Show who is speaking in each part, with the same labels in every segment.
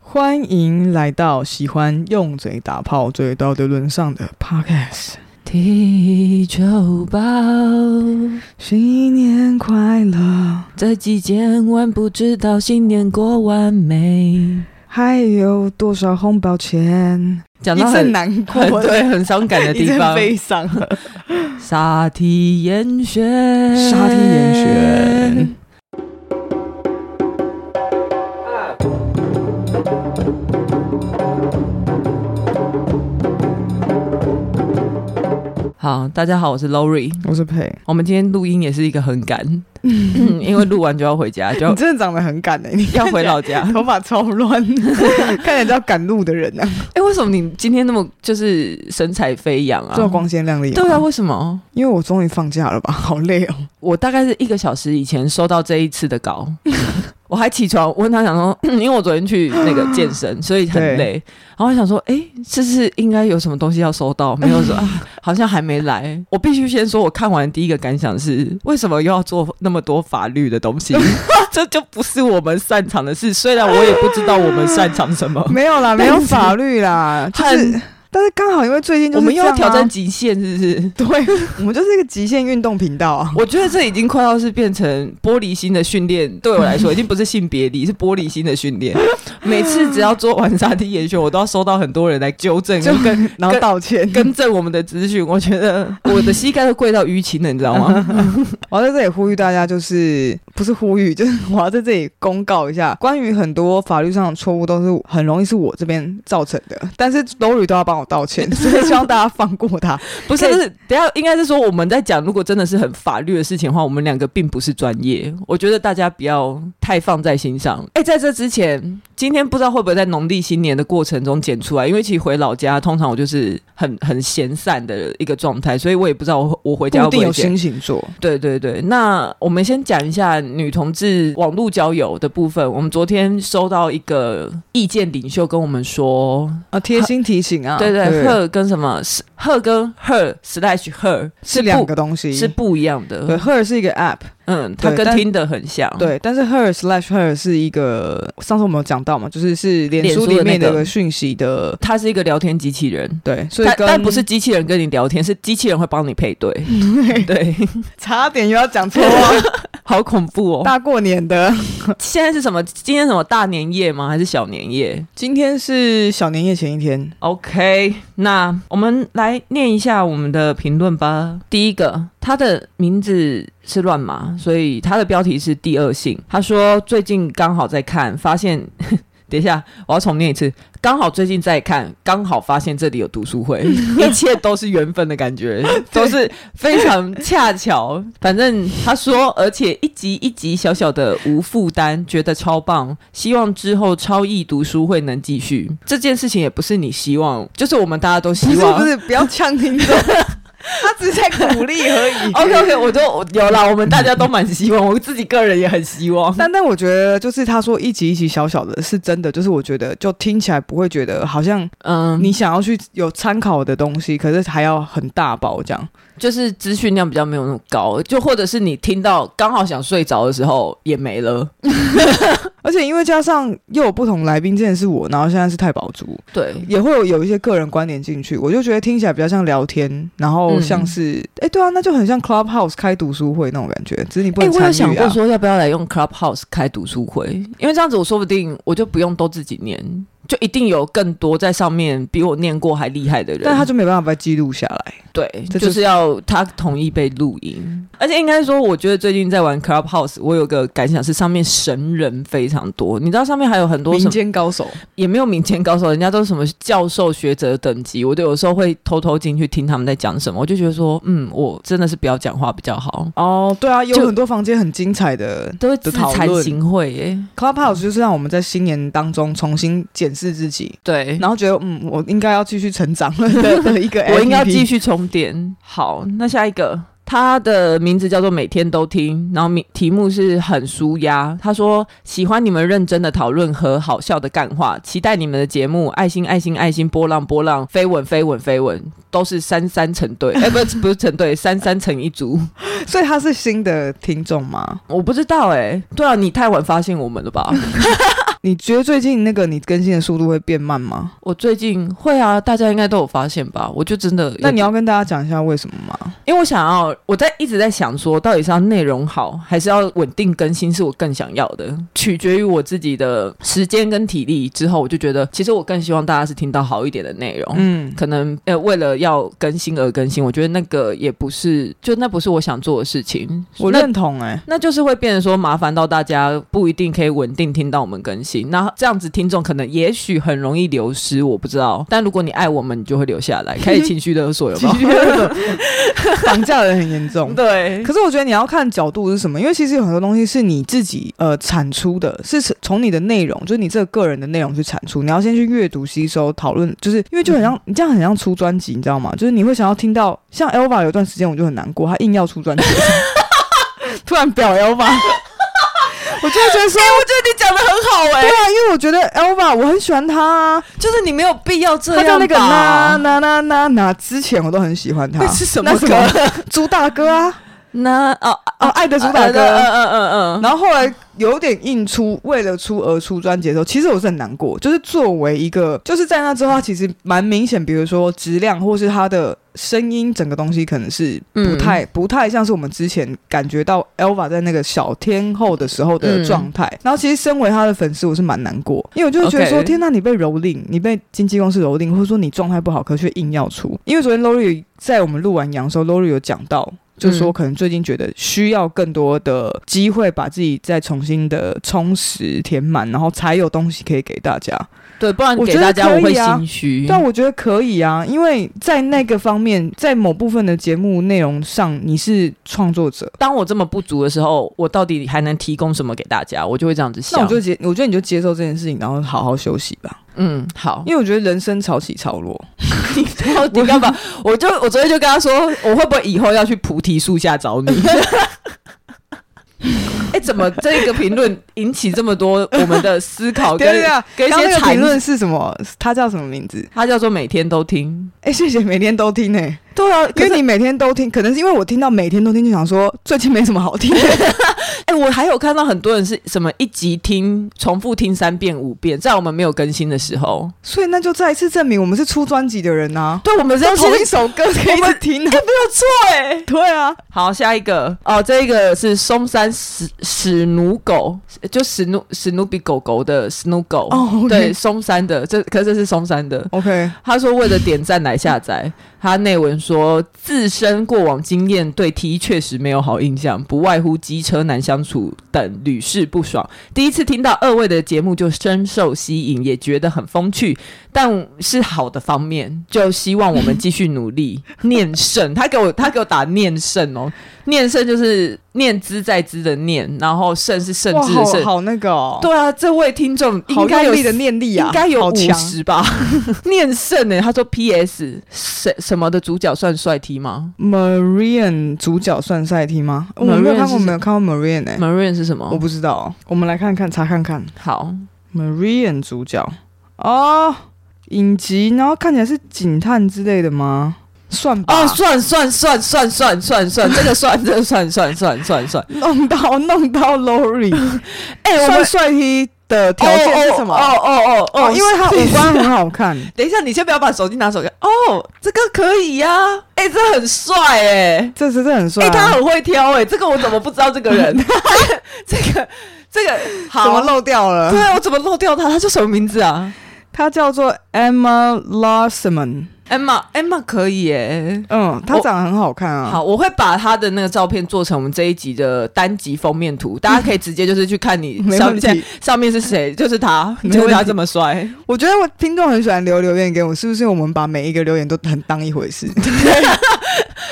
Speaker 1: 欢迎来到喜欢用嘴打炮、嘴到的沦丧的 Podcast。
Speaker 2: 啤酒包，
Speaker 1: 新年快乐！
Speaker 2: 这季千万不知道新年过完没。
Speaker 1: 还有多少红包钱？
Speaker 2: 讲
Speaker 1: 一
Speaker 2: 到
Speaker 1: 阵
Speaker 2: 很
Speaker 1: 难
Speaker 2: 很
Speaker 1: 过，
Speaker 2: 对，，很伤感的
Speaker 1: 一
Speaker 2: 地
Speaker 1: 阵
Speaker 2: 方，
Speaker 1: 悲伤。
Speaker 2: 沙体严选，
Speaker 1: 沙地严选。
Speaker 2: 好，大家好， 我是 Lori。
Speaker 1: 我是佩，
Speaker 2: 我们今天录音也是一个很 赶，嗯因为录完就要回家，就
Speaker 1: 你真的长得很赶的、你
Speaker 2: 要回老家。
Speaker 1: 头发超乱，看起来叫赶路的人啊，
Speaker 2: 哎、为什么你今天那么就是神采飞扬啊？
Speaker 1: 这么光鲜亮丽、
Speaker 2: 对啊，，为什么？
Speaker 1: 因为我终于放假了吧，好累 哦。
Speaker 2: 我大概是一个小时以前收到这一次的 稿，我还起床问他想说，嗯因为我昨天去那个健身，所以很累，然后我想说，哎、这是应该有什么东西要收到，没有 说、啊、好像还没来。我必须先说，我看完第一个感想是，为什么又要做那么多法律的东西？ 这就不是我们擅长的事。虽然我也不知道我们擅长什么，
Speaker 1: 没有啦，没有
Speaker 2: 但是
Speaker 1: 法律啦，就是
Speaker 2: 很，
Speaker 1: 但是刚好因为最近就
Speaker 2: 我
Speaker 1: 是、啊
Speaker 2: 们又要挑战，极限，是不是？
Speaker 1: 对我们就是一个极限运动频道啊。
Speaker 2: 我觉得这已经快要是变成玻璃心的训练，对我来说已经不是性别力，是玻璃心的训 练。每次只要做完沙地研修，我都要收到很多人来纠正
Speaker 1: 就
Speaker 2: 跟
Speaker 1: 跟然后
Speaker 2: 跟
Speaker 1: 道歉，
Speaker 2: 更正我们的资讯。我觉得 我的膝盖都跪到淤青了，你知道吗？
Speaker 1: 我要在这里呼吁大家，就是不是呼吁， 就是我要在这里公告一下，关于很多法律上的错误都是很容易是我这边造成的，但是 Lori 都要帮我道歉，所以希望大家放过 他。
Speaker 2: 不是，是等一下应该是说我们在讲，如果真的是很法律的事情的话，我们两个并不是专业，我觉得大家不要太放在心上。哎、在这之前，今天不知道会不会在农历新年的过程中剪出来，因为其实回老家通常我就是很很闲散的一个状态，所以我也不知道我我回家
Speaker 1: 不
Speaker 2: 会
Speaker 1: 一定
Speaker 2: 不
Speaker 1: 有
Speaker 2: 会剪。
Speaker 1: 新星座，
Speaker 2: 对对对，那我们先讲一下女同志网络交友的部分。我们昨天收到一个意见领袖跟我们说，
Speaker 1: 啊，贴心提醒啊，
Speaker 2: 对对，her 跟什么是 her 跟 her slash her
Speaker 1: 是
Speaker 2: 不
Speaker 1: 两个东西，
Speaker 2: 是不一样
Speaker 1: 对
Speaker 2: 的。
Speaker 1: ，her 是一个 app，
Speaker 2: 嗯，它
Speaker 1: 对
Speaker 2: 跟
Speaker 1: 但
Speaker 2: 听的很像。
Speaker 1: 对，但是 her slash her 是一个，上次我们有讲到嘛，就是是脸
Speaker 2: 脸
Speaker 1: 书
Speaker 2: 书
Speaker 1: 里
Speaker 2: 的
Speaker 1: 面
Speaker 2: 那
Speaker 1: 的一
Speaker 2: 个
Speaker 1: 个讯息的，
Speaker 2: 它是一个聊天机器人。
Speaker 1: 对，所以
Speaker 2: 但
Speaker 1: 跟
Speaker 2: 但不是机器人跟你聊天，是机器人会帮你配对。 对，
Speaker 1: 差点又要讲错 话，
Speaker 2: 好恐怖哦！
Speaker 1: 大过年的，
Speaker 2: 现在是什么？今天什么大年夜吗？还是小年夜
Speaker 1: 今天是小年夜前一天，
Speaker 2: ？OK，那我们来念一下我们的评论吧。第一个，他的名字是乱码，所以他的标题是第二性。他说最近刚好在看，发现。等一下，我要重念一次。刚好最近在看，刚好发现这里有读 书会，一切都是缘分的感觉，都是非常恰巧。反正他说，而且一集一集小小的无负担，觉得超棒。希望之后超易读书会能继续。这件事情也不是你希望，就是我们大家都希
Speaker 1: 不是
Speaker 2: 望。
Speaker 1: 不是，不要呛听 众，他只是在鼓励而 已。
Speaker 2: OK OK，我就我有啦，我们大家都蛮希望，我自己个人也很希望。
Speaker 1: 但但我觉得，就是他说一集一集小小的，是真的。就是我觉得，就听起来不会觉得好像
Speaker 2: 嗯，
Speaker 1: 你想要去有参考的东西，可是还要很大包这样。
Speaker 2: 就是资讯量比较没有那么高，就或者是你听到刚好想睡着的时候也没了。
Speaker 1: 而且因为加上又有不同来宾，之前是我，然后现在是太宝珠，
Speaker 2: 对，
Speaker 1: 也会有有一些个人观点进去，我就觉得听起来比较像聊天，然后
Speaker 2: 嗯
Speaker 1: 像是哎、对啊，那就很像 Clubhouse 开读书会那种感觉，只是你不
Speaker 2: 哎、
Speaker 1: 能参与、
Speaker 2: 我
Speaker 1: 啊
Speaker 2: 有想过说要不要来用 Clubhouse 开读书会，因为这样子我说不定我就不用都自己念，就一定有更多在上面比我念过还厉害的人。
Speaker 1: 但他就没办法被记录下来。
Speaker 2: 对，
Speaker 1: 这就
Speaker 2: 就
Speaker 1: 是
Speaker 2: 是要他同意被录音，而且应该说，我觉得最近在玩 Clubhouse，我有个感想是上面神人非常多，你知道上面还有很多什
Speaker 1: 民
Speaker 2: 么
Speaker 1: 间高手，
Speaker 2: 也没有民间高手，人家都是什么教授、学者等级，我都有时候会偷偷进去听他们在讲什么，我就觉得说，嗯，我真的是不要讲话比较好，
Speaker 1: 哦，对啊，有
Speaker 2: 就
Speaker 1: 很多房间很精彩的
Speaker 2: 都会
Speaker 1: 的
Speaker 2: 自
Speaker 1: 讨
Speaker 2: 惭
Speaker 1: 论
Speaker 2: 形秽耶。嗯
Speaker 1: Clubhouse，就是让我们在新年当中重新检视自己，
Speaker 2: 对，
Speaker 1: 然后觉得嗯，我应该要继续成长 了的的一个 APP，
Speaker 2: 我应该要继续充电。好，那下一个，他的名字叫做每天都听，然后名题目是很舒压。他说喜欢你们认真的讨论和好笑的干话，期待你们的节目，爱心爱心爱心，波浪波浪，飞吻飞吻飞吻，都是三三成对，哎、不是不是成对，三三成一组。
Speaker 1: 所以他是新的听众吗？
Speaker 2: 欸 我不知道哎、对啊，你太晚发现我们了吧？
Speaker 1: 你觉得最近那个你更新的速度会变慢吗？
Speaker 2: 我最近会啊，大家应该都有发现吧？我就真的 有，
Speaker 1: 那你要跟大家讲一下为什么吗？
Speaker 2: 因为我想要，我在一直在想说，到底是要内容好，还是要稳定更新，是我更想要的，取决于我自己的时间跟体力。之后我就觉得，其实我更希望大家是听到好一点的内容。
Speaker 1: 嗯，
Speaker 2: 可能呃，为了要更新而更新，我觉得那个也不是，就那不是我想做的事情。
Speaker 1: 我
Speaker 2: 那
Speaker 1: 认同哎、
Speaker 2: 那就是会变成说麻烦到大家，不一定可以稳定听到我们更新。那这样子听众可能也许很容易流失，我不知道。但如果你爱我们，你就会留下来，开始情绪勒索，有没
Speaker 1: 情
Speaker 2: 有？
Speaker 1: 绪勒索 绑架的很严重。
Speaker 2: 对，
Speaker 1: 可是我觉得你要看角度是什么，因为其实有很多东西是你自己呃产出的，是从你的内容，就是你这个个人的内容去产出。你要先去阅读、吸收、讨论，就是因为就很
Speaker 2: 嗯
Speaker 1: 像、你这样很像出专辑，你知道吗？就是你会想要听到，像 Elva 有段时间我就很难过，他硬要出专辑，突然表 Elva，我就会觉得说，
Speaker 2: 我觉得你讲的很好哎、
Speaker 1: 对啊，因为我觉得 Elva 我很喜欢他啊，
Speaker 2: 就是你没有必要这
Speaker 1: 他在
Speaker 2: 样
Speaker 1: 那个
Speaker 2: 吧
Speaker 1: 那那那那那之前我都很喜欢他
Speaker 2: 那，是什么
Speaker 1: 那
Speaker 2: 歌
Speaker 1: 什？么 猪大哥啊，
Speaker 2: 那哦
Speaker 1: 哦，爱的
Speaker 2: 的
Speaker 1: 主打歌。
Speaker 2: 嗯嗯嗯嗯，
Speaker 1: 然后后来有点硬出，为了出而出专辑的时候，其实我是很难过。就是作为一个，就是在那之后，它其实蛮明显，比如说质量或是它的声音，整个东西可能是不太、
Speaker 2: 嗯
Speaker 1: 不太像是我们之前感觉到 Elva 在那个小天后的时候
Speaker 2: 嗯
Speaker 1: 的状态。然后其实身为他的粉丝，我是蛮难过，因为我就会觉得说
Speaker 2: OK
Speaker 1: 天呐，你被蹂躏，你被经纪公司蹂躏，或者说你状态不好，可却硬要出。因为昨天 Lori 在我们录完羊的时候，Lori 有讲到，就说
Speaker 2: 嗯
Speaker 1: 可能最近觉得需要更多的机会，把自己再重新的充实填满，然后才有东西可以给大家。
Speaker 2: 对，不然
Speaker 1: 我
Speaker 2: 给
Speaker 1: 觉得
Speaker 2: 大家
Speaker 1: 可
Speaker 2: 我会
Speaker 1: 以啊
Speaker 2: 心虚。
Speaker 1: 但我觉得可以啊，因为在那个方面，在某部分的节目内容上，你是创作者，
Speaker 2: 当我这么不足的时候，我到底还能提供什么给大家？我就会这样子想。
Speaker 1: 那我就接，我觉得你就接受这件事情，然后好好休息吧。
Speaker 2: 嗯，好，
Speaker 1: 因为我觉得人生潮起潮落，
Speaker 2: 我你干嘛？ 我就我昨天就跟他说，我会不会以后要去菩提树下找你？ 哎、怎么这个评论引起这么多我们的思考 跟？
Speaker 1: 对啊，
Speaker 2: 哦跟一
Speaker 1: 刚刚
Speaker 2: 些
Speaker 1: 那个
Speaker 2: 禅
Speaker 1: 评论是什么？他叫什么名字？
Speaker 2: 他叫做每天都听。
Speaker 1: 哎、谢谢每天都听呢、
Speaker 2: 对啊，
Speaker 1: 因
Speaker 2: 可
Speaker 1: 为
Speaker 2: 是
Speaker 1: 你每天都听，可能是因为我听到每天都听，就想说最近没什么好 听的。
Speaker 2: 哎、我还有看到很多人是什么一集听重复听三遍五遍，在我们没有更新的时候，
Speaker 1: 所以那就再一次证明我们是出专辑的人啊，
Speaker 2: 对我们是
Speaker 1: 都
Speaker 2: 要
Speaker 1: 同
Speaker 2: 同
Speaker 1: 一首歌可以一直听、 啊。
Speaker 2: 没有错哎、
Speaker 1: 对啊，
Speaker 2: 好，下一个哦，这个是松山史史努狗，就史努史努比狗狗的史努狗。
Speaker 1: 哦，OK
Speaker 2: 对，松山的，这可是这是松山的。
Speaker 1: ，OK，
Speaker 2: 他说为了点赞来下载，他内文说自身过往经验对 T 确实没有好印象，不外乎机车难相处等屡试不爽。第一次听到二位的节目就深受吸引，也觉得很风趣，但是好的方面，就希望我们继续努力念圣。他给我他给我打念圣哦，念圣就是念兹在兹的念，然后圣是圣
Speaker 1: 哇，
Speaker 2: 智的
Speaker 1: 好
Speaker 2: 圣。
Speaker 1: 好那个哦，
Speaker 2: 对啊，这位听众应
Speaker 1: 好
Speaker 2: 该
Speaker 1: 用
Speaker 2: 有
Speaker 1: 力的念力啊，
Speaker 2: 应该有
Speaker 1: 好
Speaker 2: 五
Speaker 1: 强。
Speaker 2: 十吧，念圣呢、他说 P.S. 什什么的主角算帅 T 吗
Speaker 1: Marian 主角算赛 T 吗？我
Speaker 2: Marian
Speaker 1: 没有看过，
Speaker 2: 是
Speaker 1: 没有看过 Marian 哎、
Speaker 2: ？Marine 是什
Speaker 1: 我
Speaker 2: 么？
Speaker 1: 不知道哦，我们来看看查看看
Speaker 2: 好，
Speaker 1: Marian 主角哦，影集，然后看起来是警探之类的吗？算吧，
Speaker 2: 哦，算算算算算算算，这个算这个算算算算算。
Speaker 1: 弄到弄到 Lori，
Speaker 2: 哎、我
Speaker 1: 算
Speaker 2: 们
Speaker 1: 帅 T 的条件是什么？
Speaker 2: 哦哦哦哦
Speaker 1: 哦，因为他五官很好看，
Speaker 2: 等一下，你先不要把手机拿手机。哦，这个可以呀、哎、这很帅哎、
Speaker 1: 这是这很帅、
Speaker 2: 哎、
Speaker 1: 啊。
Speaker 2: 他很会挑哎、这个我怎么不知道这个人？这个这个好
Speaker 1: 怎么漏掉了
Speaker 2: 对？啊，我怎么漏掉他？他叫什么名字啊
Speaker 1: 他叫做 Emma Larson，
Speaker 2: ？Emma Emma 可以哎、
Speaker 1: 嗯，他长得很好看啊。
Speaker 2: 好，我会把他的那个照片做成我们这一集的单集封 面图，大家可以直接就是去看你
Speaker 1: 没
Speaker 2: 上
Speaker 1: 问
Speaker 2: 面
Speaker 1: 题
Speaker 2: 上面是谁，就是他，
Speaker 1: 没问题
Speaker 2: 就是他这 么帅。
Speaker 1: 我觉得我听众很喜欢留留言给我，是不是？我们把每一个留言都很当一回 事，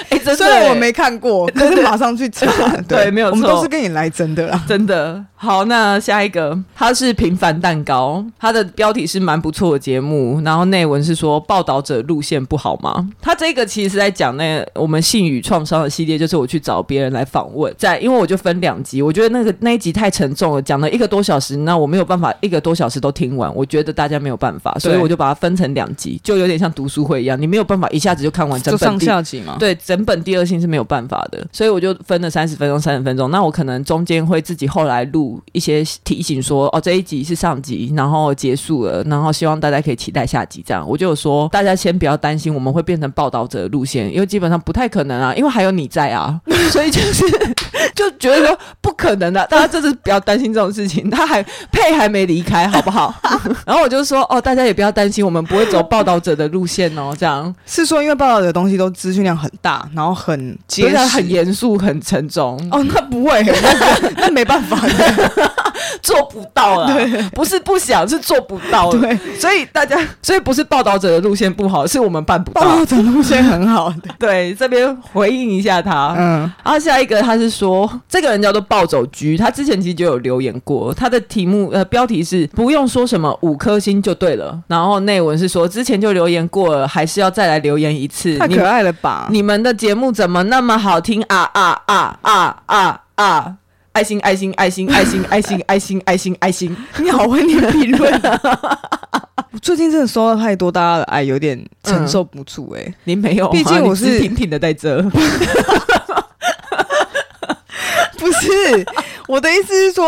Speaker 2: 哎、真
Speaker 1: 虽
Speaker 2: 的、
Speaker 1: 然我没看过，可是马上去查。
Speaker 2: 对没有
Speaker 1: 我们
Speaker 2: 错
Speaker 1: 都是跟你来真的啦。
Speaker 2: 真的好，那下一个，它是平凡蛋糕，它的标题是蛮不错的节目，然后内文是说报道者路线不好吗？它这个其实是在讲那个我们性与创伤的系列，就是我去找别人来访问，在因为我就分两集，我觉得那个那一集太沉重了，讲了一个多小时，那我没有办法一个多小时都听完，我觉得大家没有办法，所以
Speaker 1: 对
Speaker 2: 我就把它分成两集，就有点像读书会一样，你没有办法一下子就看完整本第
Speaker 1: 集嘛，
Speaker 2: 对，整本第二性是没有办法的，所以我就分了三十分钟，三十分钟。那我可能中间会自己后来录录一些提醒说，哦，这一集是上集，然后结束了，然后希望大家可以期待下集。这样，我就有说，大家先不要担心，我们会变成报道者的路线，因为基本上不太可能啊，因为还有你在啊，所以就是就觉得说不可能的、啊大家就是不要担心这种事情。他还佩还没离开，好不好？ 然后我就说，哦，大家也不要担心，我们不会走报道者的路线哦，这样。
Speaker 1: 是说因为报道的东西都资讯量很大，然后很结
Speaker 2: 虽
Speaker 1: 实，
Speaker 2: 然啊很严肃、很沉重，
Speaker 1: 哦，那不会， 那那没办 法，
Speaker 2: 做不到啊！不是不想，是做不到了。
Speaker 1: 对，
Speaker 2: 所以大家， 所以不是报道者的路线不好，是我们办不
Speaker 1: 报道
Speaker 2: 到。
Speaker 1: 的路线很好的，
Speaker 2: 对，这边回应一下他。
Speaker 1: 嗯，
Speaker 2: 然后下一个，他是说这个人叫做暴走居，他之前其实就有留言过，他的题目呃标题是不用说什么五颗星就对了，然后内文是说之前就留言过了，还是要再来留言一次。
Speaker 1: 太
Speaker 2: 你
Speaker 1: 可爱了吧？
Speaker 2: 你们的节目怎么那么好听啊啊啊啊啊啊！爱心爱心爱心爱心爱心爱心爱心爱心，
Speaker 1: 你好会念评论。我最近真的收到太多大家的爱，有点承受不住哎、
Speaker 2: 您没 有啊，
Speaker 1: 毕竟我是
Speaker 2: 你只挺挺的在这。
Speaker 1: 不是，我的意思是说，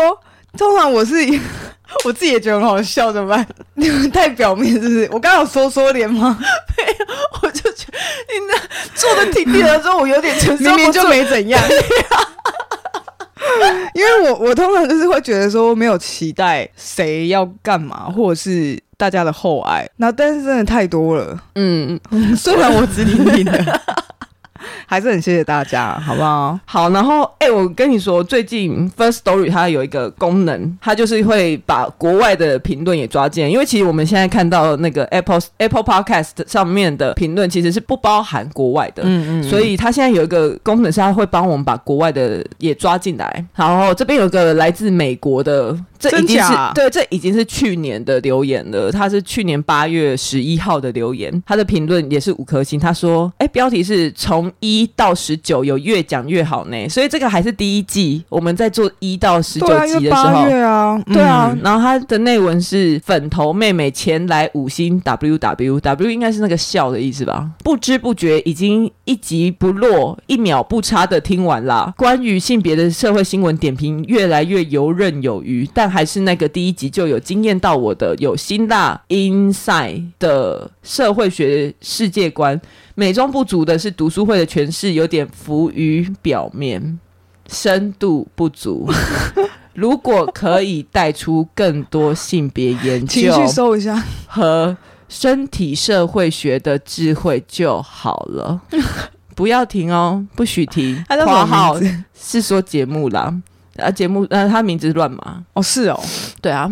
Speaker 1: 通常我是 我自己也觉得很好笑，怎么办？你们 太表面是不是？我刚刚有说说脸 吗？
Speaker 2: 我就觉得你那做的挺挺的之后，我有点承受
Speaker 1: 明
Speaker 2: 不
Speaker 1: 明
Speaker 2: 住
Speaker 1: 就。没怎 样。 因为我我通常就是会觉得说没有期待谁要干嘛，或者是大家的厚爱，那但是真的太多了。
Speaker 2: 嗯，
Speaker 1: 虽然我直挺挺的， 还是很谢谢大家，好不好？
Speaker 2: 好，然后哎、我跟你说，最近 First Story 它有一个功能，它就是会把国外的评论也抓进来，因为其实我们现在看到那个 Apple Apple Podcast 上面的评论其实是不包含国外的，
Speaker 1: 嗯
Speaker 2: 所以它现在有一个功能是它会帮我们把国外的也抓进来。然后这边有个来自美国的，这已
Speaker 1: 真
Speaker 2: 经是
Speaker 1: 假
Speaker 2: 对，这已经是去年的留言了。它是去年八月十一号的留言，它的评论也是五颗星。他说：“哎，标题是从一到十九，有越讲越好呢。”所以这个还是第一季，我们在做一到十九
Speaker 1: 对啊，因
Speaker 2: 集
Speaker 1: 为
Speaker 2: 的时候
Speaker 1: 八。月啊，
Speaker 2: 对啊，
Speaker 1: 嗯
Speaker 2: 然后他的内文是粉头妹妹前来五星 W W W，应该是那个笑的意思吧？不知不觉已经一集不落、一秒不差的听完啦。关于性别的社会新闻点评越来越游刃有余，但还是那个第一集就有惊艳到我的，有辛辣 Inside 的社会学世界观。美中不足的是，读书会的诠释有点浮于表面，深度不足。 如果可以带出更多性别研
Speaker 1: 情
Speaker 2: 究
Speaker 1: 绪收一下，
Speaker 2: 和身体社会学的智慧就好了， 不要停哦，不许停。
Speaker 1: 他叫什
Speaker 2: 括
Speaker 1: 么
Speaker 2: 号
Speaker 1: 名字？
Speaker 2: 是说节目啦，啊，节目，呃，他名字乱码，
Speaker 1: 哦，是哦，
Speaker 2: 对啊，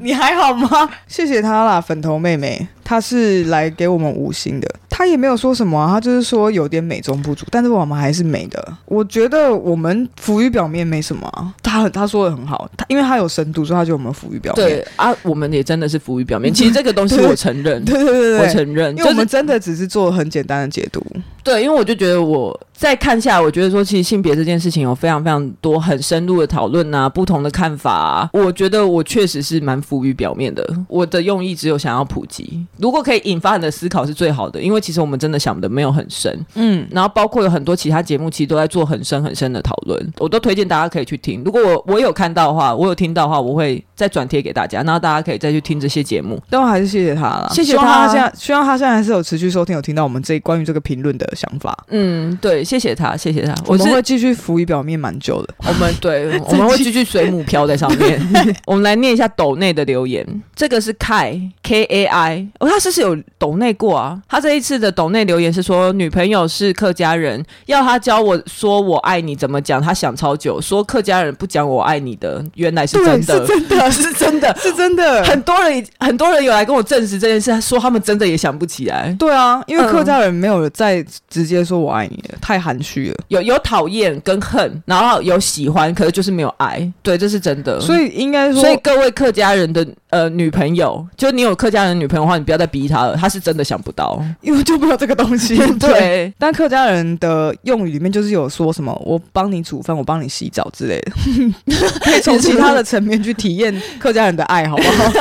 Speaker 1: 你还好吗？谢谢他啦，粉头妹妹，她是来给我们五星的，她也没有说什么、啊，她就是说有点美中不足，但是我们还是美的。我觉得我们浮于表面没什么、啊，她很她说的很好，她因为她有深度，所以她觉得我们浮于表面。
Speaker 2: 对啊，我们也真的是浮于 表面。其实这个东西
Speaker 1: 对
Speaker 2: 我承认，
Speaker 1: 对对对
Speaker 2: 我
Speaker 1: 对对，
Speaker 2: 承认，
Speaker 1: 因为我
Speaker 2: 就是
Speaker 1: 们真的只是做很简单的解读，
Speaker 2: 对，因为我就觉得我在看下来，我觉得说其实性别这件事情有非常非常多很深入的讨论啊，不同的看法啊。我觉得我确实是蛮浮于表面的，我的用意只有想要普及，如果可以引发你的思考是最好的，因为其实我们真的想的没有很深。
Speaker 1: 嗯，
Speaker 2: 然后包括有很多其他节目，其实都在做很深很深的讨论，我都推荐大家可以去听。如果我我有看到的话，我有听到的话，我会再转贴给大家，然后大家可以再去听这些节目。
Speaker 1: 但我还是谢谢他啦，
Speaker 2: 谢谢
Speaker 1: 希望
Speaker 2: 他
Speaker 1: 他现在，希望他现在还是有持续收听，有听到我们这关于这个评论的想法。
Speaker 2: 嗯，对，谢谢他，谢谢他。
Speaker 1: 我
Speaker 2: 我是
Speaker 1: 们会继续浮于表面蛮久的。
Speaker 2: 我们对，我们会继续水母漂在上 面。我们来念一下斗内的留言，这个是 Kai K A I，哦，他是不是有斗内过啊？他这一次的斗内留言是说，女朋友是客家人，要他教我说我爱你怎么讲，他想超久，说客家人不讲我爱你的，原来是真的，
Speaker 1: 对是真的
Speaker 2: 是真的。
Speaker 1: 是真的，
Speaker 2: 很多人很多人有来跟我证实这件事，他说他们真的也想不起来，
Speaker 1: 对啊，因为
Speaker 2: 嗯
Speaker 1: 客家人没有再直接说我爱你了，太含蓄了，
Speaker 2: 有有讨厌跟恨，然后有喜欢，可是就是没有爱，对，这是真的。
Speaker 1: 所以应该说
Speaker 2: 嗯所以各位客家人的呃女朋友，就你有客家人的女朋友的话，你不要再逼她了，她是真的想不到。。，
Speaker 1: 因为就没有这个东 西但客家人的用语里面就是有说什么“我帮你煮饭，我帮你洗澡”之 类的，可以从其他的层面去体验客家人的爱，好 不好？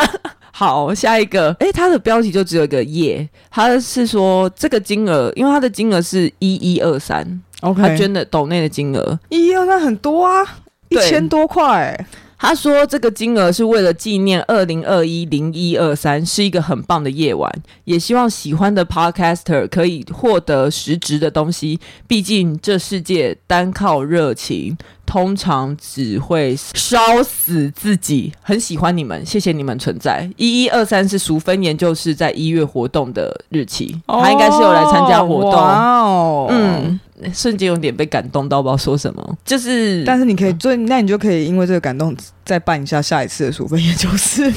Speaker 2: 好，下一个， 诶，它的标题就只有一个耶，它是说这个金额，因为它的金额是一一二三，他
Speaker 1: OK，
Speaker 2: 捐的斗内的金额，
Speaker 1: 一二三很多啊，一
Speaker 2: 对
Speaker 1: 千多块、欸，
Speaker 2: 他说这个金额是为了纪念二零二一零一二三是一个很棒的夜晚，也希望喜欢的 podcaster 可以获得实质的东西。毕竟这世界单靠热情，通常只会烧死自己。很喜欢你们，谢谢你们存在。一一二三是淑芬研究室在一月活动的日期，他应该是有来参加活动。
Speaker 1: 哦哇哦，嗯。
Speaker 2: 嗯，瞬间有点被感动到，不知道说什么。就是，
Speaker 1: 但是你可以最，那你就可以因为这个感动再办一下下一次的淑芬研究 室，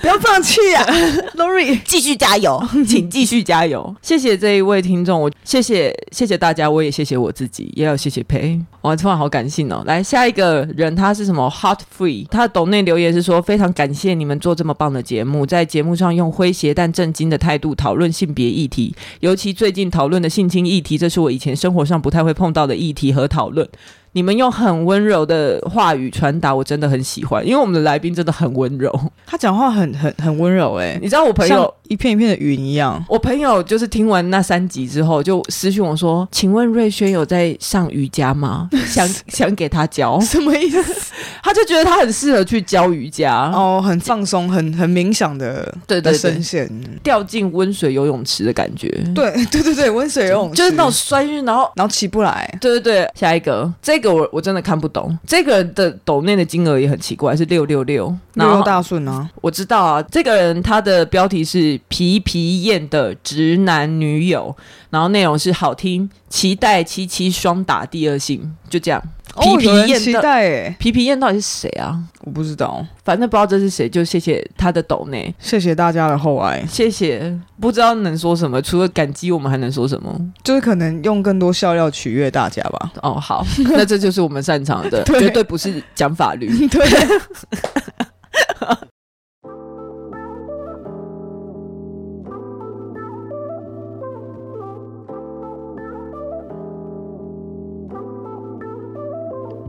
Speaker 1: 不要放弃啊 l o r i
Speaker 2: 继续加油， 请继续加油。谢谢这一位听众，我谢谢谢谢大家，我也谢谢我自己，也要谢谢佩。哇，突然好感性哦。来下一个人，他是什么？Hot Free，他的抖内留言是说非常感谢你们做这么棒的节目，在节目上用诙谐但震惊的态度讨论性别议题，尤其最近讨论的性侵议题，这是我以前生活上不太会碰到的议题和讨论。你们用很温柔的话语传达，我真的很喜欢，因为我们的来宾真的很温柔。
Speaker 1: 他讲话很很很温柔哎、
Speaker 2: 你知道我朋友
Speaker 1: 像一片一片的云一样。
Speaker 2: 我朋友就是听完那三集之后，就私讯我说：“请问瑞轩有在上瑜伽 吗？想想给他教，
Speaker 1: 什么意思？
Speaker 2: 他就觉得他很适合去教瑜 伽，
Speaker 1: 哦，很放松，很很冥想的
Speaker 2: 对
Speaker 1: 的
Speaker 2: 对嗯
Speaker 1: 声
Speaker 2: 对，
Speaker 1: 线。
Speaker 2: 掉进温水游泳池的感觉，
Speaker 1: 对 对对对，温水游泳池
Speaker 2: 就是那种，酸晕，然后。”
Speaker 1: 然后起不来。
Speaker 2: 对对对，下一个，这个我我真的看不懂，这个人的抖内的金额也很奇怪，是六六六，然
Speaker 1: 六
Speaker 2: 后
Speaker 1: 六大顺啊，
Speaker 2: 我知道啊，这个人他的标题是“皮皮燕的直男女友”，然后内容是好听，期待七七双打第二性，就这样。皮
Speaker 1: 哦
Speaker 2: 皮
Speaker 1: 有人
Speaker 2: 燕
Speaker 1: 期
Speaker 2: 的、
Speaker 1: 待哎、
Speaker 2: 皮皮燕到底是谁啊？
Speaker 1: 我不知道。
Speaker 2: 反正不知道这是谁，就谢谢他的抖内，
Speaker 1: 谢谢大家的厚爱，
Speaker 2: 谢谢。不知道能说什么，除了感激，我们还能说什么？
Speaker 1: 就是可能用更多笑料取悦大家 吧。
Speaker 2: 哦，好，那这就是我们擅长的，
Speaker 1: 对
Speaker 2: 绝对不是讲法律。
Speaker 1: 对，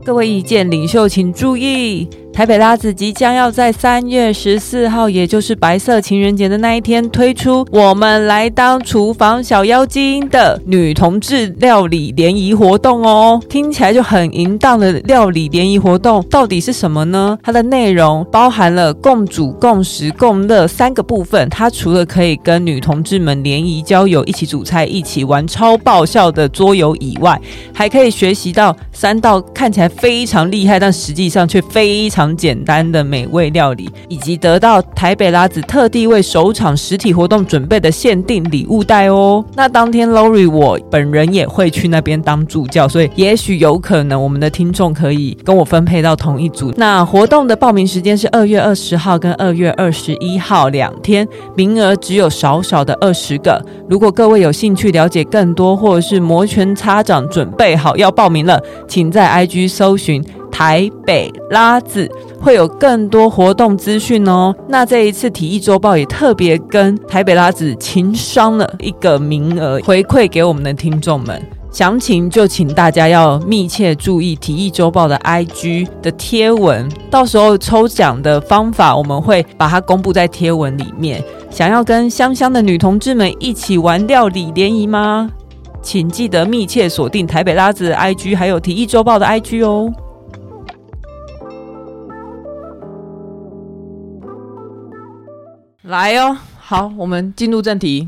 Speaker 2: 各位意见领袖请注意，台北拉子即将要在三月十四号，也就是白色情人节的那一天推出“我们来当厨房小妖精”的女同志料理联谊活动哦。听起来就很淫荡的料理联谊活动，到底是什么呢？它的内容包含了共煮、共食、共乐三个部分。它除了可以跟女同志们联谊交友、一起煮菜、一起玩超爆笑的桌游以外，还可以学习到三道看起来非常厉害，但实际上却非常简单的美味料理，以及得到台北拉子特地为首场实体活动准备的限定礼物袋哦。那当天 Lori 我本人也会去那边当助教，所以也许有可能我们的听众可以跟我分配到同一组。那活动的报名时间是二月二十号跟二月二十一号两天，名额只有少少的二十个。如果各位有兴趣了解更多，或者是摩拳擦掌准备好要报名了，请在 IG 搜寻台北拉子，会有更多活动资讯哦。那这一次体育周报也特别跟台北拉子情商了一个名额，回馈给我们的听众们。详情就请大家要密切注意《体育周报》的 IG 的贴文，到时候抽奖的方法我们会把它公布在贴文里面。想要跟香香的女同志们一起玩料理联谊吗？请记得密切锁定台北拉子的 IG，还有《体育周报》的 IG 哦。来哦，好，我们进入正题。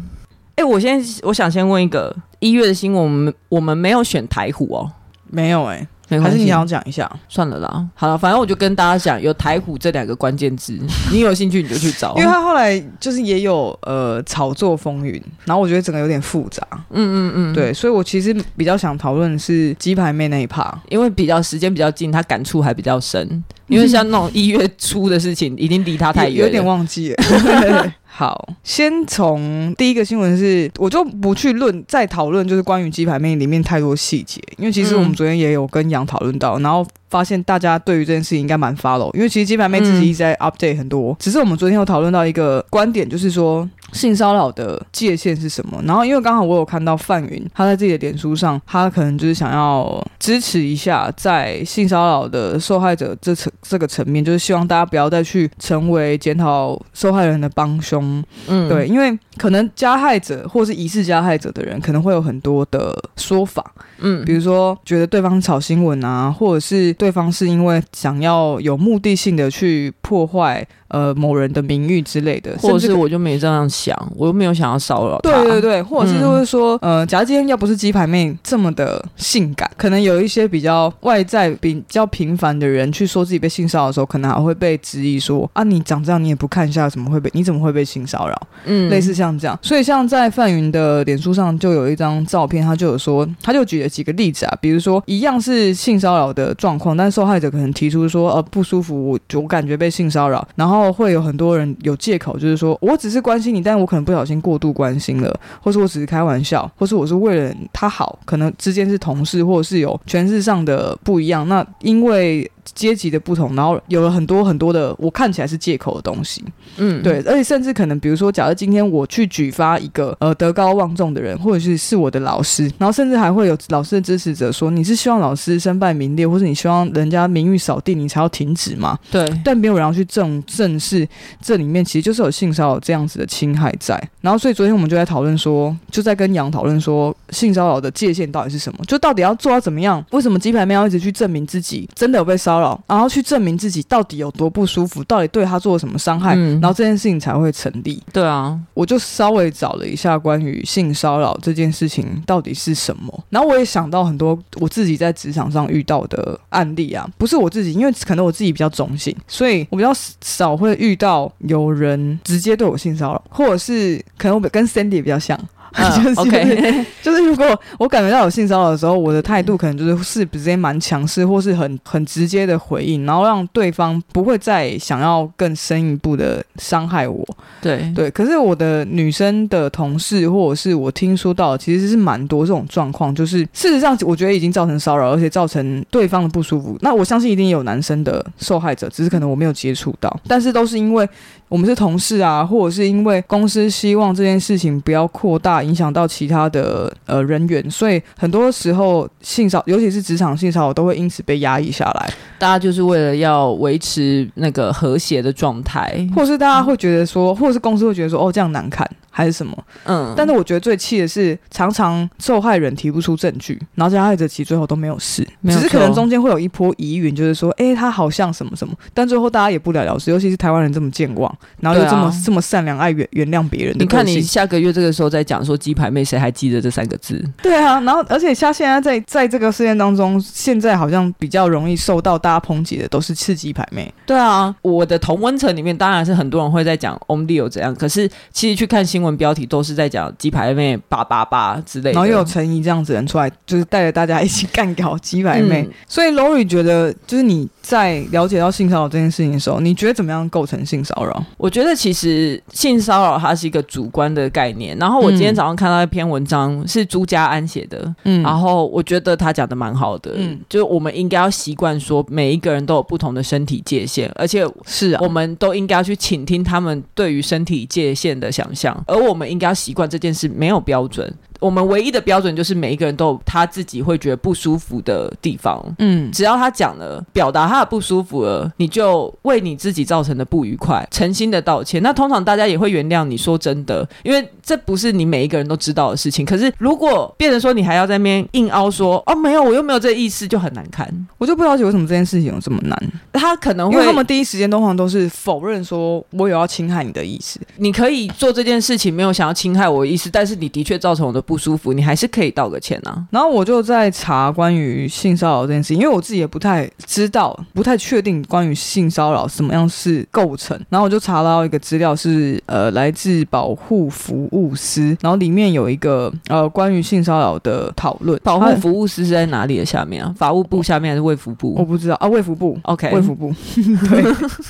Speaker 2: 哎、我先我想先问一个一月的新闻，我们我们没有选台虎哦，
Speaker 1: 没有哎、
Speaker 2: 没
Speaker 1: 还
Speaker 2: 关
Speaker 1: 是你
Speaker 2: 系
Speaker 1: 想，要讲一下？
Speaker 2: 算了啦，好了，反正我就跟大家讲有台虎这两个关键字，你有兴趣你就去找。
Speaker 1: 因为他后来就是也有呃炒作风云，然后我觉得整个有点复杂，
Speaker 2: 嗯嗯嗯，
Speaker 1: 对，所以我其实比较想讨论的是鸡排妹那一趴，
Speaker 2: 因为比较时间比较近，他感触还比较深。因为 像那种一月初的事情，已经离他太
Speaker 1: 有
Speaker 2: 远了。
Speaker 1: 有点忘记 了。好，先从第一个新闻是，我就不去论再讨论，就是关于鸡排妹里面太多细节，因为其实我们
Speaker 2: 嗯
Speaker 1: 昨天也有跟杨讨论到，然后发现大家对于这件事情应该蛮 follow，因为其实鸡排妹自己
Speaker 2: 嗯
Speaker 1: 一直在 update 很多，只是我们昨天有讨论到一个观点，就是说性骚扰的界限是什么。然后因为刚好我有看到范云，他在自己的脸书上，他可能就是想要支持一下在性骚扰的受害者这层这个层面，就是希望大家不要再去成为检讨受害人的帮凶。
Speaker 2: 嗯，
Speaker 1: 对，，因为可能加害者或是疑似加害者的人，可能会有很多的说法。
Speaker 2: 嗯
Speaker 1: 比如说觉得对方炒新闻啊，或者是对方是因为想要有目的性的去破坏呃某人的名誉之类的，
Speaker 2: 或者
Speaker 1: 甚
Speaker 2: 是
Speaker 1: 至
Speaker 2: 我就没这样想，我又没有想要骚扰他。
Speaker 1: 对对对，或者是
Speaker 2: 嗯
Speaker 1: 就是说，呃，假如今天要不是鸡排妹这么的性感，可能有一些比较外在比较平凡的人去说自己被性骚扰的时候，可能还会被质疑说啊，你长这样你也不看一下，怎么会被你怎么会被性骚扰？
Speaker 2: 嗯，
Speaker 1: 类似像这样。所以像在范云的脸书上就有一张照片，他就有说，他就举了几个例子啊，比如说一样是性骚扰的状况，但受害者可能提出说，呃，不舒服，我我感觉被性骚扰，然后会有很多人有借口，就是说我只是关心你，但我可能不小心过度关心了，或是我只是开玩笑，或是我是为了他好，可能之间是同事，或者是有权势上的不一样，那因为。阶级的不同，然后有了很多很多的我看起来是借口的东西，
Speaker 2: 嗯，
Speaker 1: 对，而且甚至可能，比如说，假如今天我去举发一个呃德高望重的人，或者是是我的老师，然后甚至还会有老师的支持者说，你是希望老师身败名裂，或者你希望人家名誉扫地，你才要停止吗？
Speaker 2: 对，
Speaker 1: 但没有人要去正正视这里面其实就是有性骚扰这样子的侵害在。然后，所以昨天我们就在讨论说，就在跟杨讨论说，性骚扰的界限到底是什么？就到底要做到怎么样？为什么鸡排妹要一直去证明自己真的有被骚扰，然后去证明自己到底有多不舒服，到底对她做了什么伤害，
Speaker 2: 嗯
Speaker 1: 然后这件事情才会成立？
Speaker 2: 对啊，
Speaker 1: 我就稍微找了一下关于性骚扰这件事情到底是什么，然后我也想到很多我自己在职场上遇到的案例啊，不是我自己，因为可能我自己比较中性，所以我比较少会遇到有人直接对我性骚扰，或者是可能我跟 Sandy 比较像。
Speaker 2: 嗯
Speaker 1: 就是
Speaker 2: OK，
Speaker 1: 就是如果我感觉到有性骚扰的时候，我的态度可能就是是直接蛮强势，或是很很直接的回应，然后让对方不会再想要更深一步的伤害我。
Speaker 2: 对，
Speaker 1: 对，可是我的女生的同事，或者是我听说到的，其实是蛮多这种状况，就是事实上我觉得已经造成骚扰，而且造成对方的不舒服。那我相信一定也有男生的受害者，只是可能我没有接触到，但是都是因为我们是同事啊，或者是因为公司希望这件事情不要扩大，影响到其他的呃人员，所以很多时候性骚，尤其是职场性骚扰，都会因此被压抑下来，
Speaker 2: 大家就是为了要维持那个和谐的状态，
Speaker 1: 或是大家会觉得说，或者是公司会觉得说，哦这样难看还是什么。
Speaker 2: 嗯，
Speaker 1: 但是我觉得最气的是，常常受害人提不出证据，然后加害者其实最后都没有事，
Speaker 2: 没有
Speaker 1: 只是可能
Speaker 2: 错
Speaker 1: 中间会有一波疑云，就是说，哎、他好像什么什么，但最后大家也不了了之。尤其是台湾人这么健忘，然后又
Speaker 2: 对啊
Speaker 1: 这么、这么善良，爱原原谅别人的
Speaker 2: 你看
Speaker 1: 个性
Speaker 2: 你下个月这个时候再讲说鸡排妹，谁还记得这三个字？
Speaker 1: 对啊，然后而且像现在在在这个事件当中，现在好像比较容易受到大家抨击的都是刺激牌妹，
Speaker 2: 对啊，我的同温层里面当然是很多人会在讲 Only 有怎样，可是其实去看新闻标题都是在讲鸡排妹八八八之类的，
Speaker 1: 然后又有陈怡这样子人出来，就是带着大家一 起干掉鸡排妹。
Speaker 2: 嗯
Speaker 1: 所以 Lori 觉得，就是你在了解到性骚扰这件事情的时候，你觉得怎么样构成性骚扰？
Speaker 2: 我觉得其实性骚扰它是一个主观的概念。然后我今天
Speaker 1: 嗯
Speaker 2: 早上看到一篇文章是朱家安写的，
Speaker 1: 嗯
Speaker 2: 然后我觉得他讲的蛮好的，
Speaker 1: 嗯
Speaker 2: 就是我们应该要习惯说每一个人都有不同的身体界限，而且
Speaker 1: 是啊
Speaker 2: 我，们都应该要去倾听他们对于身体界限的想象，而我们应该要习惯这件事没有标准，我们唯一的标准就是每一个人都有他自己会觉得不舒服的地方。
Speaker 1: 嗯，
Speaker 2: 只要他讲了，表达他的不舒服了，你就为你自己造成的不愉快，诚心的道歉。那通常大家也会原谅你。说真的，因为这不是你每一个人都知道的事情。可是如果变成说你还要在那边硬凹说哦没有，我又没有这意思，就很难看。
Speaker 1: 我就不了解为什么这件事情有这么难，
Speaker 2: 他可能
Speaker 1: 因
Speaker 2: 会
Speaker 1: 为他们第一时间通常都是否认说我有要侵害你的意思，
Speaker 2: 你可以做这件事情，没有想要侵害我的意思，但是你的确造成我的不舒服，你还是可以道个歉啊。
Speaker 1: 然后我就在查关于性骚扰这件事情，因为我自己也不太知道，不太确定关于性骚扰什么样是构成。然后我就查到一个资料是呃来自保护服务司，然后里面有一个呃关于性骚扰的讨论。
Speaker 2: 保
Speaker 1: 它
Speaker 2: 护服务司是在哪里的下面啊？法务部下面还是卫福
Speaker 1: 我
Speaker 2: 部
Speaker 1: 不知道啊，卫福部。
Speaker 2: ？OK，
Speaker 1: 卫福部， 对，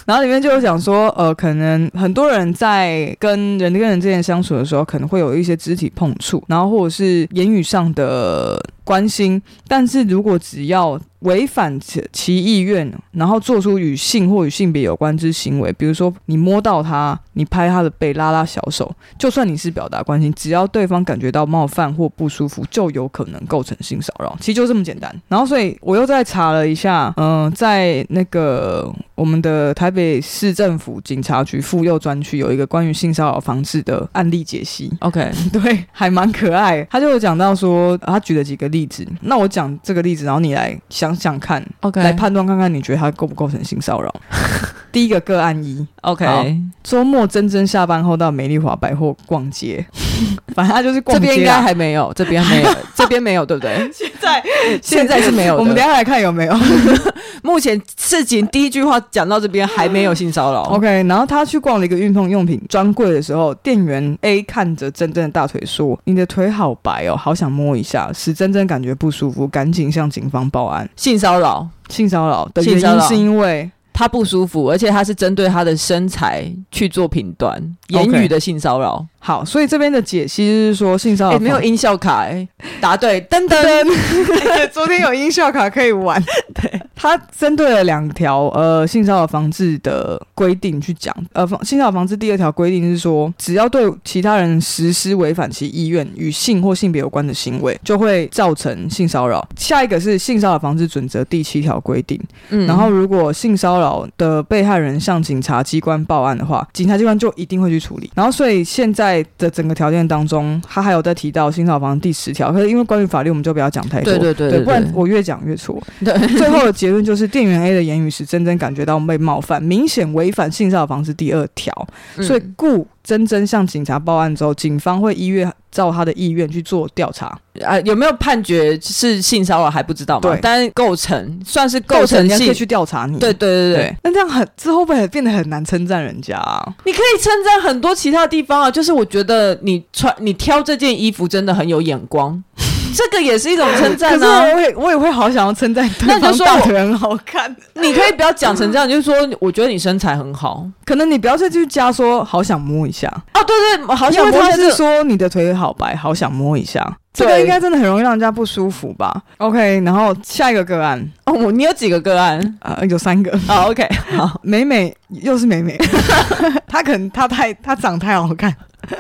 Speaker 1: 然后里面就有讲说，呃，可能很多人在跟人跟人之间相处的时候，可能会有一些肢体碰触，然后或者是言语上的关心，但是如果只要违反其其意愿，然后做出与性或与性别有关之行为，比如说你摸到他，你拍他的背，拉拉小手，就算你是表达关心，只要对方感觉到冒犯或不舒服，就有可能构成性骚扰。其实就这么简单。然后，所以我又再查了一下，嗯、在那个我们的台北市政府警察局妇幼专区有一个关于性骚扰防治的案例解析。
Speaker 2: OK，
Speaker 1: 对，还蛮可爱。他就有讲到说，啊他举了几个例子。那我讲这个例子，然后你来想想看
Speaker 2: OK，
Speaker 1: 来判断看看，你觉得他构不构成性骚扰？第一个个案一，好
Speaker 2: OK，
Speaker 1: 周末珍珍下班后到美丽华百货逛 街，反正他就是逛
Speaker 2: 这
Speaker 1: 街啦。
Speaker 2: 边应该还没有，这边没 有，这边没有，对不对？
Speaker 1: 现在
Speaker 2: 啊现在是没有的
Speaker 1: 我们等一下来看有没有。
Speaker 2: 目前事情第一句话讲到这边还没有性骚扰。
Speaker 1: OK，然后他去逛了一个运动用品专柜的时候，店员 A 看着珍珍的大腿说：“你的腿好白哦，好想摸一下。”使珍珍感觉不舒服，赶紧向警方报案。
Speaker 2: 性骚扰，
Speaker 1: 性骚扰的
Speaker 2: 性
Speaker 1: 原
Speaker 2: 骚
Speaker 1: 因
Speaker 2: 扰
Speaker 1: 是因为
Speaker 2: 他不舒服，而且他是针对他的身材去做评断，言
Speaker 1: OK
Speaker 2: 语的性骚扰。
Speaker 1: 好，所以这边的解析就是说性骚
Speaker 2: 哎、
Speaker 1: 扰
Speaker 2: 没有
Speaker 1: 防
Speaker 2: 音效卡、欸，答对，噔噔。
Speaker 1: 噔，昨天有音效卡可以玩。 对，他针对了两条呃性骚扰防治的规定去讲。呃，防性骚扰防治第二条规定是说，只要对其他人实施违反其意愿与性或性别有关的行为，就会造成性骚扰。下一个是性骚扰防治准则第七条规定，
Speaker 2: 嗯
Speaker 1: 然后如果性骚扰的被害人向警察机关报案的话，警察机关就一定会去处理。然后所以现在的整个条件当中，他还有在提到性骚扰防治第十条，可是因为关于法律我们就不要讲太多，
Speaker 2: 对对对对
Speaker 1: 不然
Speaker 2: 对
Speaker 1: 我越讲越错。
Speaker 2: 对
Speaker 1: 最后的结论就是，店员 A 的言语使珍珍感觉到被冒犯，明显违反性骚扰防治第二条，所以
Speaker 2: 嗯
Speaker 1: 故珍珍向警察报案之后，警方会依愿照他的意愿去做调查。
Speaker 2: 啊，有没有判决是性骚扰还不知道嘛
Speaker 1: 对？
Speaker 2: 但是构成算是
Speaker 1: 构
Speaker 2: 构
Speaker 1: 成人家
Speaker 2: 成
Speaker 1: 可以
Speaker 2: 性，
Speaker 1: 去调查你，
Speaker 2: 对对对对，，
Speaker 1: 那这样很之后会不会变得很难称赞人家、啊。
Speaker 2: 你可以称赞很多其他地方啊，就是我觉得你穿你挑这件衣服真的很有眼 光，这个也是一种称
Speaker 1: 可
Speaker 2: 赞
Speaker 1: 是
Speaker 2: 啊。
Speaker 1: 我也我也会好想要称赞
Speaker 2: 那
Speaker 1: 对
Speaker 2: 你就
Speaker 1: 方
Speaker 2: 说
Speaker 1: 大
Speaker 2: 我
Speaker 1: 腿很好看。
Speaker 2: 你可以不要讲成这样，你就说我觉得你身材很好
Speaker 1: 可能你不要再去加说好想摸一下，
Speaker 2: 啊，对对，我好
Speaker 1: 因
Speaker 2: 想
Speaker 1: 为
Speaker 2: 摸
Speaker 1: 他
Speaker 2: 一下
Speaker 1: 是
Speaker 2: 这个。
Speaker 1: 说你的腿好白，好想摸一下。这个
Speaker 2: 对
Speaker 1: 应该真的很容易让人家不舒服吧？OK，然后下一个个案，
Speaker 2: 哦，我你有几个 个案？
Speaker 1: 呃，有三个，
Speaker 2: 啊，OK，好，
Speaker 1: 美美又是美美， 她可能她太她长太好看，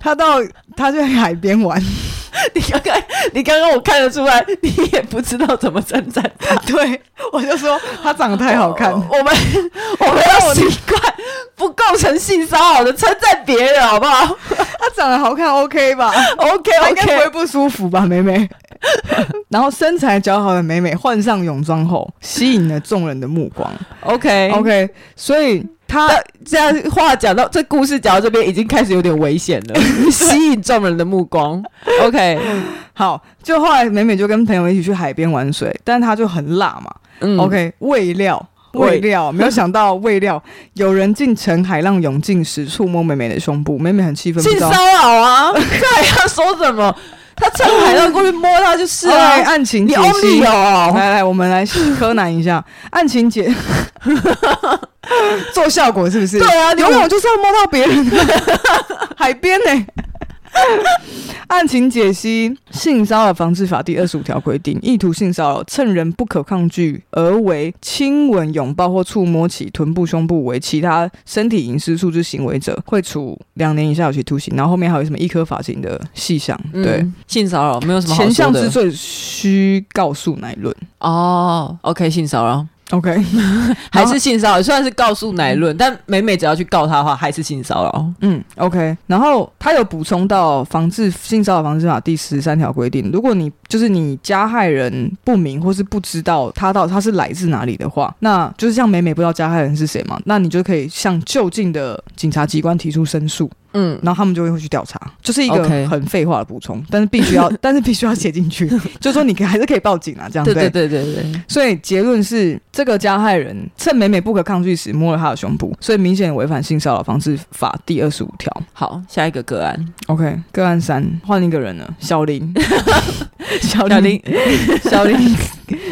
Speaker 1: 她到她去海边 玩，
Speaker 2: 你刚刚你刚刚我看得出来，你也不知道怎么称赞，
Speaker 1: 对我就说她长得太好看
Speaker 2: 我，我们我们要习惯不构成性骚扰的称赞别人，好不好
Speaker 1: 她长得好看 OK 吧？
Speaker 2: ？OK
Speaker 1: 她应该不
Speaker 2: OK，
Speaker 1: 会不舒服吧，美美？ 然后身材姣好的美美换上泳装后，吸引了众人的目光。
Speaker 2: OK
Speaker 1: OK，所以她
Speaker 2: 那这样话讲到这故事讲到这边，已经开始有点危险 了，吸引众人的目光。OK，
Speaker 1: 好，就后来美美就跟朋友一起去海边玩水，但她就很辣嘛。
Speaker 2: 嗯
Speaker 1: OK，未料。未
Speaker 2: 未
Speaker 1: 料，没有想到，未 料有人竟乘海浪涌进时触摸美美的胸部，美美很气愤，不
Speaker 2: 性
Speaker 1: 知道
Speaker 2: 骚扰啊，这还要说什么？他趁海浪过去摸他就是
Speaker 1: 哎
Speaker 2: 啊，
Speaker 1: 案情
Speaker 2: 你
Speaker 1: 解
Speaker 2: only
Speaker 1: 析。
Speaker 2: 有
Speaker 1: 来来，我们来柯南一下案情解， 做效果是不是？
Speaker 2: 对啊，你
Speaker 1: 游泳就是要摸到别人的 海边呢、案情解析：性骚扰防治法第二十五条规定，意图性骚扰，趁人不可抗拒而为亲吻、拥抱或触摸其臀部、胸部为其他身体隐私处之行为者，会处两年以下有期徒刑。然后后面还有什么一颗罚金的细项？
Speaker 2: 嗯
Speaker 1: 对，
Speaker 2: 性骚扰没有什么好
Speaker 1: 前
Speaker 2: 说
Speaker 1: 项之
Speaker 2: 的
Speaker 1: 罪需告诉乃论。
Speaker 2: 哦。OK，性骚扰
Speaker 1: OK，
Speaker 2: 还是性骚扰，虽然是告诉乃论，但每每只要去告他的话，还是性骚扰。
Speaker 1: 嗯，OK。然后他有补充到《防治性骚扰防治法》第十三条规定，如果你就是你加害人不明或是不知道他到他是来自哪里的话，那就是像美美不知道加害人是谁嘛，那你就可以向就近的警察机关提出申诉，
Speaker 2: 嗯，
Speaker 1: 然后他们就会去调查，就是一个
Speaker 2: OK
Speaker 1: 很废话的补充，但是必须要，但是必须要写进 去，就说你可以还是可以报警啊，这样
Speaker 2: 对对对对对，
Speaker 1: 所以结论是，这个加害人趁美美不可抗拒时摸了她的胸部，所以明显违反性骚扰防治法第二十五条。
Speaker 2: 好，下一个个案，
Speaker 1: OK，个案三，换一个人了，小林，小
Speaker 2: 小林
Speaker 1: 林，小林，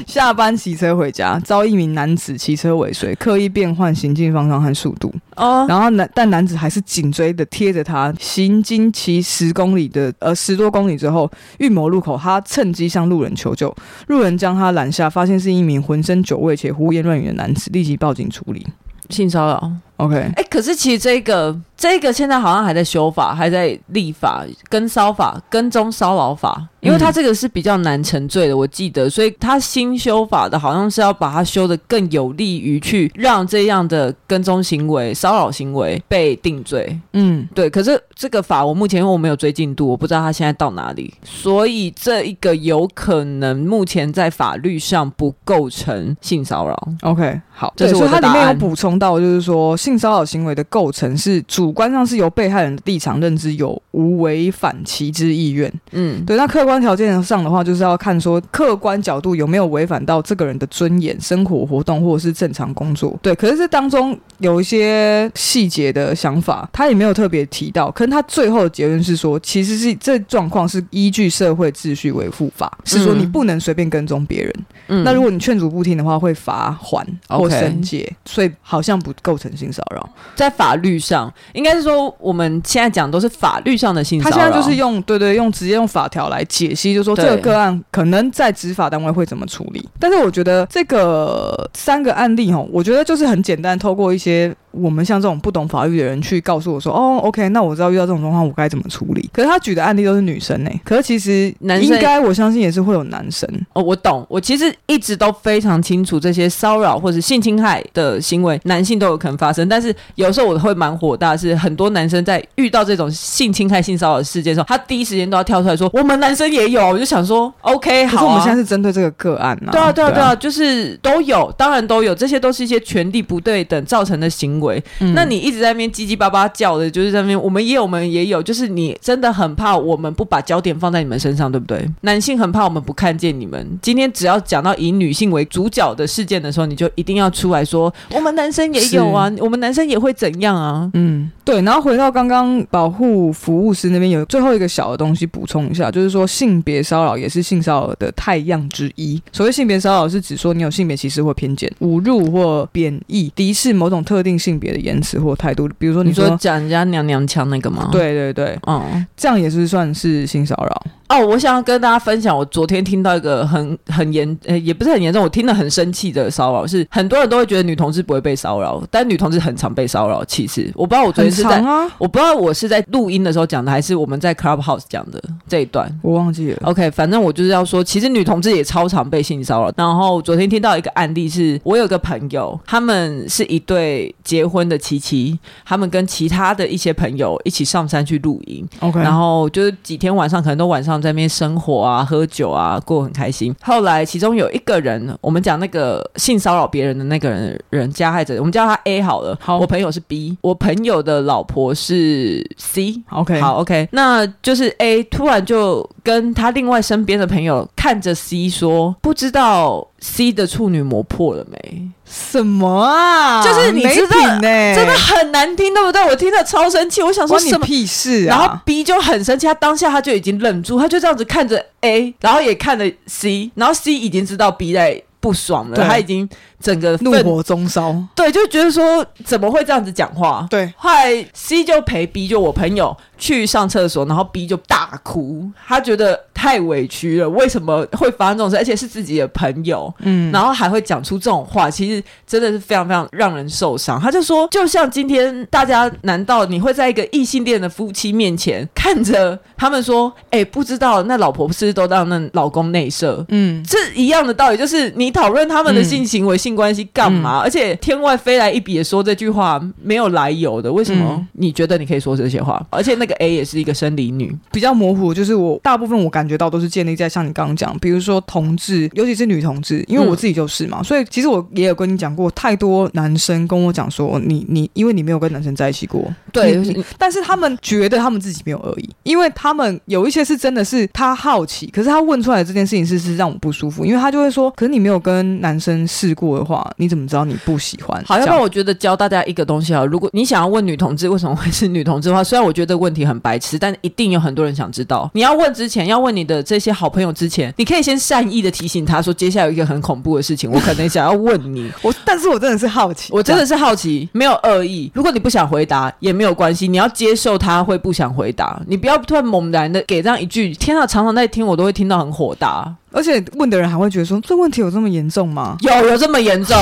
Speaker 1: 下班骑车回家，遭一名男子骑车尾随，刻意变换行进方向和速度，
Speaker 2: 哦，
Speaker 1: 然后男但男子还是紧追的贴着他，行经骑十公里的呃十多公里之后，预谋路口，他趁机向路人求救，路人将他拦下，发现是一名浑身酒味且胡言乱语的男子，立即报警处理。
Speaker 2: 性骚扰。
Speaker 1: OK，
Speaker 2: 哎、可是其实这个这个现在好像还在修法，还在立法跟骚法、跟踪骚扰法，因为它这个是比较难沉醉的，我记得，所以它新修法的好像是要把它修的更有利于去让这样的跟踪行为、骚扰行为被定罪。
Speaker 1: 嗯，
Speaker 2: 对，可是这个法我目前因为我没有追进度，我不知道它现在到哪里，所以这一个有可能目前在法律上不构成性骚扰。
Speaker 1: OK，好，
Speaker 2: 这是
Speaker 1: 对所
Speaker 2: 我
Speaker 1: 以
Speaker 2: 的
Speaker 1: 它
Speaker 2: 答
Speaker 1: 里面有
Speaker 2: 案
Speaker 1: 补充到，就是说性骚扰行为的构成是主观上是由被害人的立场认知有无违反其之意愿。
Speaker 2: 嗯，
Speaker 1: 对，那客观条件上的话，就是要看说客观角度有没有违反到这个人的尊严、生活活动或者是正常工作。对，可是这当中有一些细节的想法，他也没有特别提到。可是他最后的结论是说，其实是这状况是依据社会秩序维护法，是说你
Speaker 2: 嗯
Speaker 1: 不能随便跟踪别人。
Speaker 2: 嗯
Speaker 1: 那如果你劝阻不听的话，会罚款或
Speaker 2: OK
Speaker 1: 申诫所以好像不构成性骚扰。
Speaker 2: 在法律上，应该是说我们现在讲都是法律上的性骚
Speaker 1: 他
Speaker 2: 扰。
Speaker 1: 现在就是用对对用直接用法条来解析，就说这
Speaker 2: 对
Speaker 1: 个个案可能在执法单位会怎么处理。但是我觉得这个三个案例哦，我觉得就是很简单，透过一些我们像这种不懂法律的人去告诉我说，哦，OK，那我知道遇到这种状况我该怎么处理。可是他举的案例都是女生呢、可是其实
Speaker 2: 男
Speaker 1: 应
Speaker 2: 生
Speaker 1: 该我相信也是会有男生。
Speaker 2: 哦，我懂，我其实一直都非常清楚这些骚扰或者性侵害的行为，男性都有可能发生。但是有时候我会蛮火大，是很多男生在遇到这种性侵害、性骚扰的事件的时候，他第一时间都要跳出来说我们男生也有。我就想说，OK，
Speaker 1: 可是
Speaker 2: 好、啊，
Speaker 1: 我们现在是针对这个个案啊。
Speaker 2: 对啊，对啊，对啊，就是都有，当然都有，这些都是一些权力不对等造成的行为。
Speaker 1: 嗯
Speaker 2: 那你一直在那边叽叽巴巴叫的，就是在那边我们也有，我们也有，就是你真的很怕我们不把焦点放在你们身上，对不对？男性很怕我们不看见你们。今天只要讲到以女性为主角的事件的时候，你就一定要出来说，我们男生也有啊，我们男生也会怎样啊？
Speaker 1: 嗯，对。然后回到刚刚保护服务师那边有最后一个小的东西补充一下，就是说性别骚扰也是性骚扰的太样之一。所谓性别骚扰是指说你有性别歧视或偏见、侮辱或贬义、敌视某种特定性别的言辞或态度，比如说你
Speaker 2: 你
Speaker 1: 说。
Speaker 2: 说哦讲人家娘娘腔那个吗？，
Speaker 1: 对对对，
Speaker 2: 嗯。
Speaker 1: 这样也是算是性骚扰。
Speaker 2: 哦，我想要跟大家分享，我昨天听到一个很很严，呃，也不是很严重，我听了很生气的骚扰，是很多人都会觉得女同志不会被骚扰，但女同志很常被骚扰。其实我不知道我昨
Speaker 1: 很
Speaker 2: 天是在
Speaker 1: 长，啊，
Speaker 2: 我不知道我是在录音的时候讲的，还是我们在 Clubhouse 讲的这一段。
Speaker 1: 我忘记了。
Speaker 2: OK，反正我就是要说，其实女同志也超常被性骚扰。然后昨天听到一个案例是，我有个朋友，他们是一对结婚的妻妻，他们跟其他的一些朋友一起上山去露营，
Speaker 1: OK，
Speaker 2: 然后就是几天晚上可能都晚上在那边生活啊、喝酒啊，过得很开心。后来其中有一个人，我们讲那个性骚扰别人的那个人人加害者，我们叫他 A 好了。
Speaker 1: 好
Speaker 2: 我朋友是 B，我朋友的老婆是 C。
Speaker 1: OK，
Speaker 2: 好，OK，那就是 A 突然就跟他另外身边的朋友看着 C 说，不知道 C 的处女膜破了没？
Speaker 1: 什么啊？
Speaker 2: 就是你知道
Speaker 1: 呢、
Speaker 2: 真的很难听，对不对？我听了超生气，我想说
Speaker 1: 哎关你
Speaker 2: 什么？
Speaker 1: 屁事
Speaker 2: 然后
Speaker 1: 啊！
Speaker 2: B 就很生气，他当下他就已经愣住，他就这样子看着 A，然后也看着 C，然后 C 已经知道 B 在不爽了，
Speaker 1: 对
Speaker 2: 他已经整个
Speaker 1: 怒
Speaker 2: 愤
Speaker 1: 火中烧，
Speaker 2: 对，就觉得说怎么会这样子讲话？
Speaker 1: 对，
Speaker 2: 后来 C 就陪 B，就我朋友去上厕所，然后 B 就大哭，他觉得太委屈了，为什么会发生这种事？而且是自己的朋友，
Speaker 1: 嗯，
Speaker 2: 然后还会讲出这种话，其实真的是非常非常让人受伤。他就说，就像今天大家，难道你会在一个异性恋的夫妻面前看着他们说，哎、不知道那老婆是不是都让那老公内射？
Speaker 1: 嗯，
Speaker 2: 这一样的道理，就是你讨论他们的性行为、性关系干嘛？而且天外飞来一笔也说这句话没有来由的，为什么
Speaker 1: 嗯
Speaker 2: 你觉得你可以说这些话？而且那个 A 也是一个生理女，
Speaker 1: 比较模糊，就是我大部分我感觉到都是建立在像你刚刚讲，比如说同志，尤其是女同志，因为我自己就是
Speaker 2: 嗯
Speaker 1: 嘛，所以其实我也有跟你讲过，太多男生跟我讲说，你你因为你没有跟男生在一起过，
Speaker 2: 对
Speaker 1: 你你但是他们觉得他们自己没有而已，因为他们有一些是真的是他好奇，可是他问出来的这件事情是是让我不舒服，因为他就会说，可是你没有跟男生试过的话，你怎么知道你不喜欢？
Speaker 2: 好，要
Speaker 1: 这
Speaker 2: 不
Speaker 1: 样
Speaker 2: 然我觉得教大家一个东西啊，如果你想要问女同志为什么会是女同志的话，虽然我觉得这个问题很白痴，但一定有很多人想知道。你要问之前，要问你你的这些好朋友之前，你可以先善意的提醒他说，接下来有一个很恐怖的事情，我可能想要问你。
Speaker 1: 我但是我真的是好奇，
Speaker 2: 我真的是好奇，没有恶意。如果你不想回答也没有关系，你要接受他会不想回答，你不要突然猛然的给这样一句。天啊，常常在听我都会听到很火大。
Speaker 1: 而且问的人还会觉得说，这问题有这么严重吗？
Speaker 2: 有有这么严 重？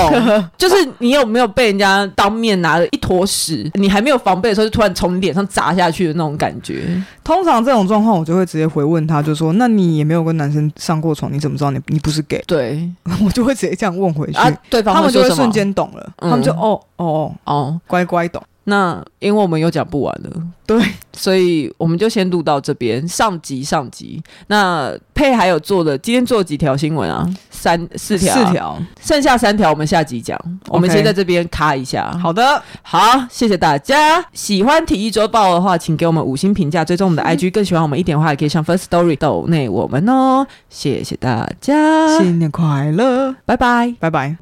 Speaker 2: 就是你有没有被人家当面拿了一坨屎，你还没有防备的时候，就突然从你脸上砸下去的那种感觉？
Speaker 1: 通常这种状况，我就会直接回问他，就说：“那你也没有跟男生上过床，你怎么知道你你不是 gay？”
Speaker 2: 对
Speaker 1: 我就会直接这样问回去，
Speaker 2: 啊，对方
Speaker 1: 他们就会
Speaker 2: 说什么
Speaker 1: 瞬间懂了，
Speaker 2: 嗯
Speaker 1: 他们就哦哦哦，
Speaker 2: 哦。
Speaker 1: 乖乖懂。
Speaker 2: 那因为我们又讲不完了，
Speaker 1: 对，
Speaker 2: 所以我们就先录到这边。上集上集，那佩还有做的，今天做了几条新闻啊？三四条，
Speaker 1: 四，条，啊
Speaker 2: 剩下三条我们下集讲。我们
Speaker 1: OK
Speaker 2: 先在这边卡一下。
Speaker 1: 好的，
Speaker 2: 好，谢谢大家。喜欢体育周报的话，请给我们五星评价，追踪
Speaker 1: 嗯
Speaker 2: 我们的 IG。更喜欢我们一点的话，也可以上 First Story 抖内我们哦。谢谢大家，
Speaker 1: 新年快乐，
Speaker 2: 拜拜。
Speaker 1: 拜拜。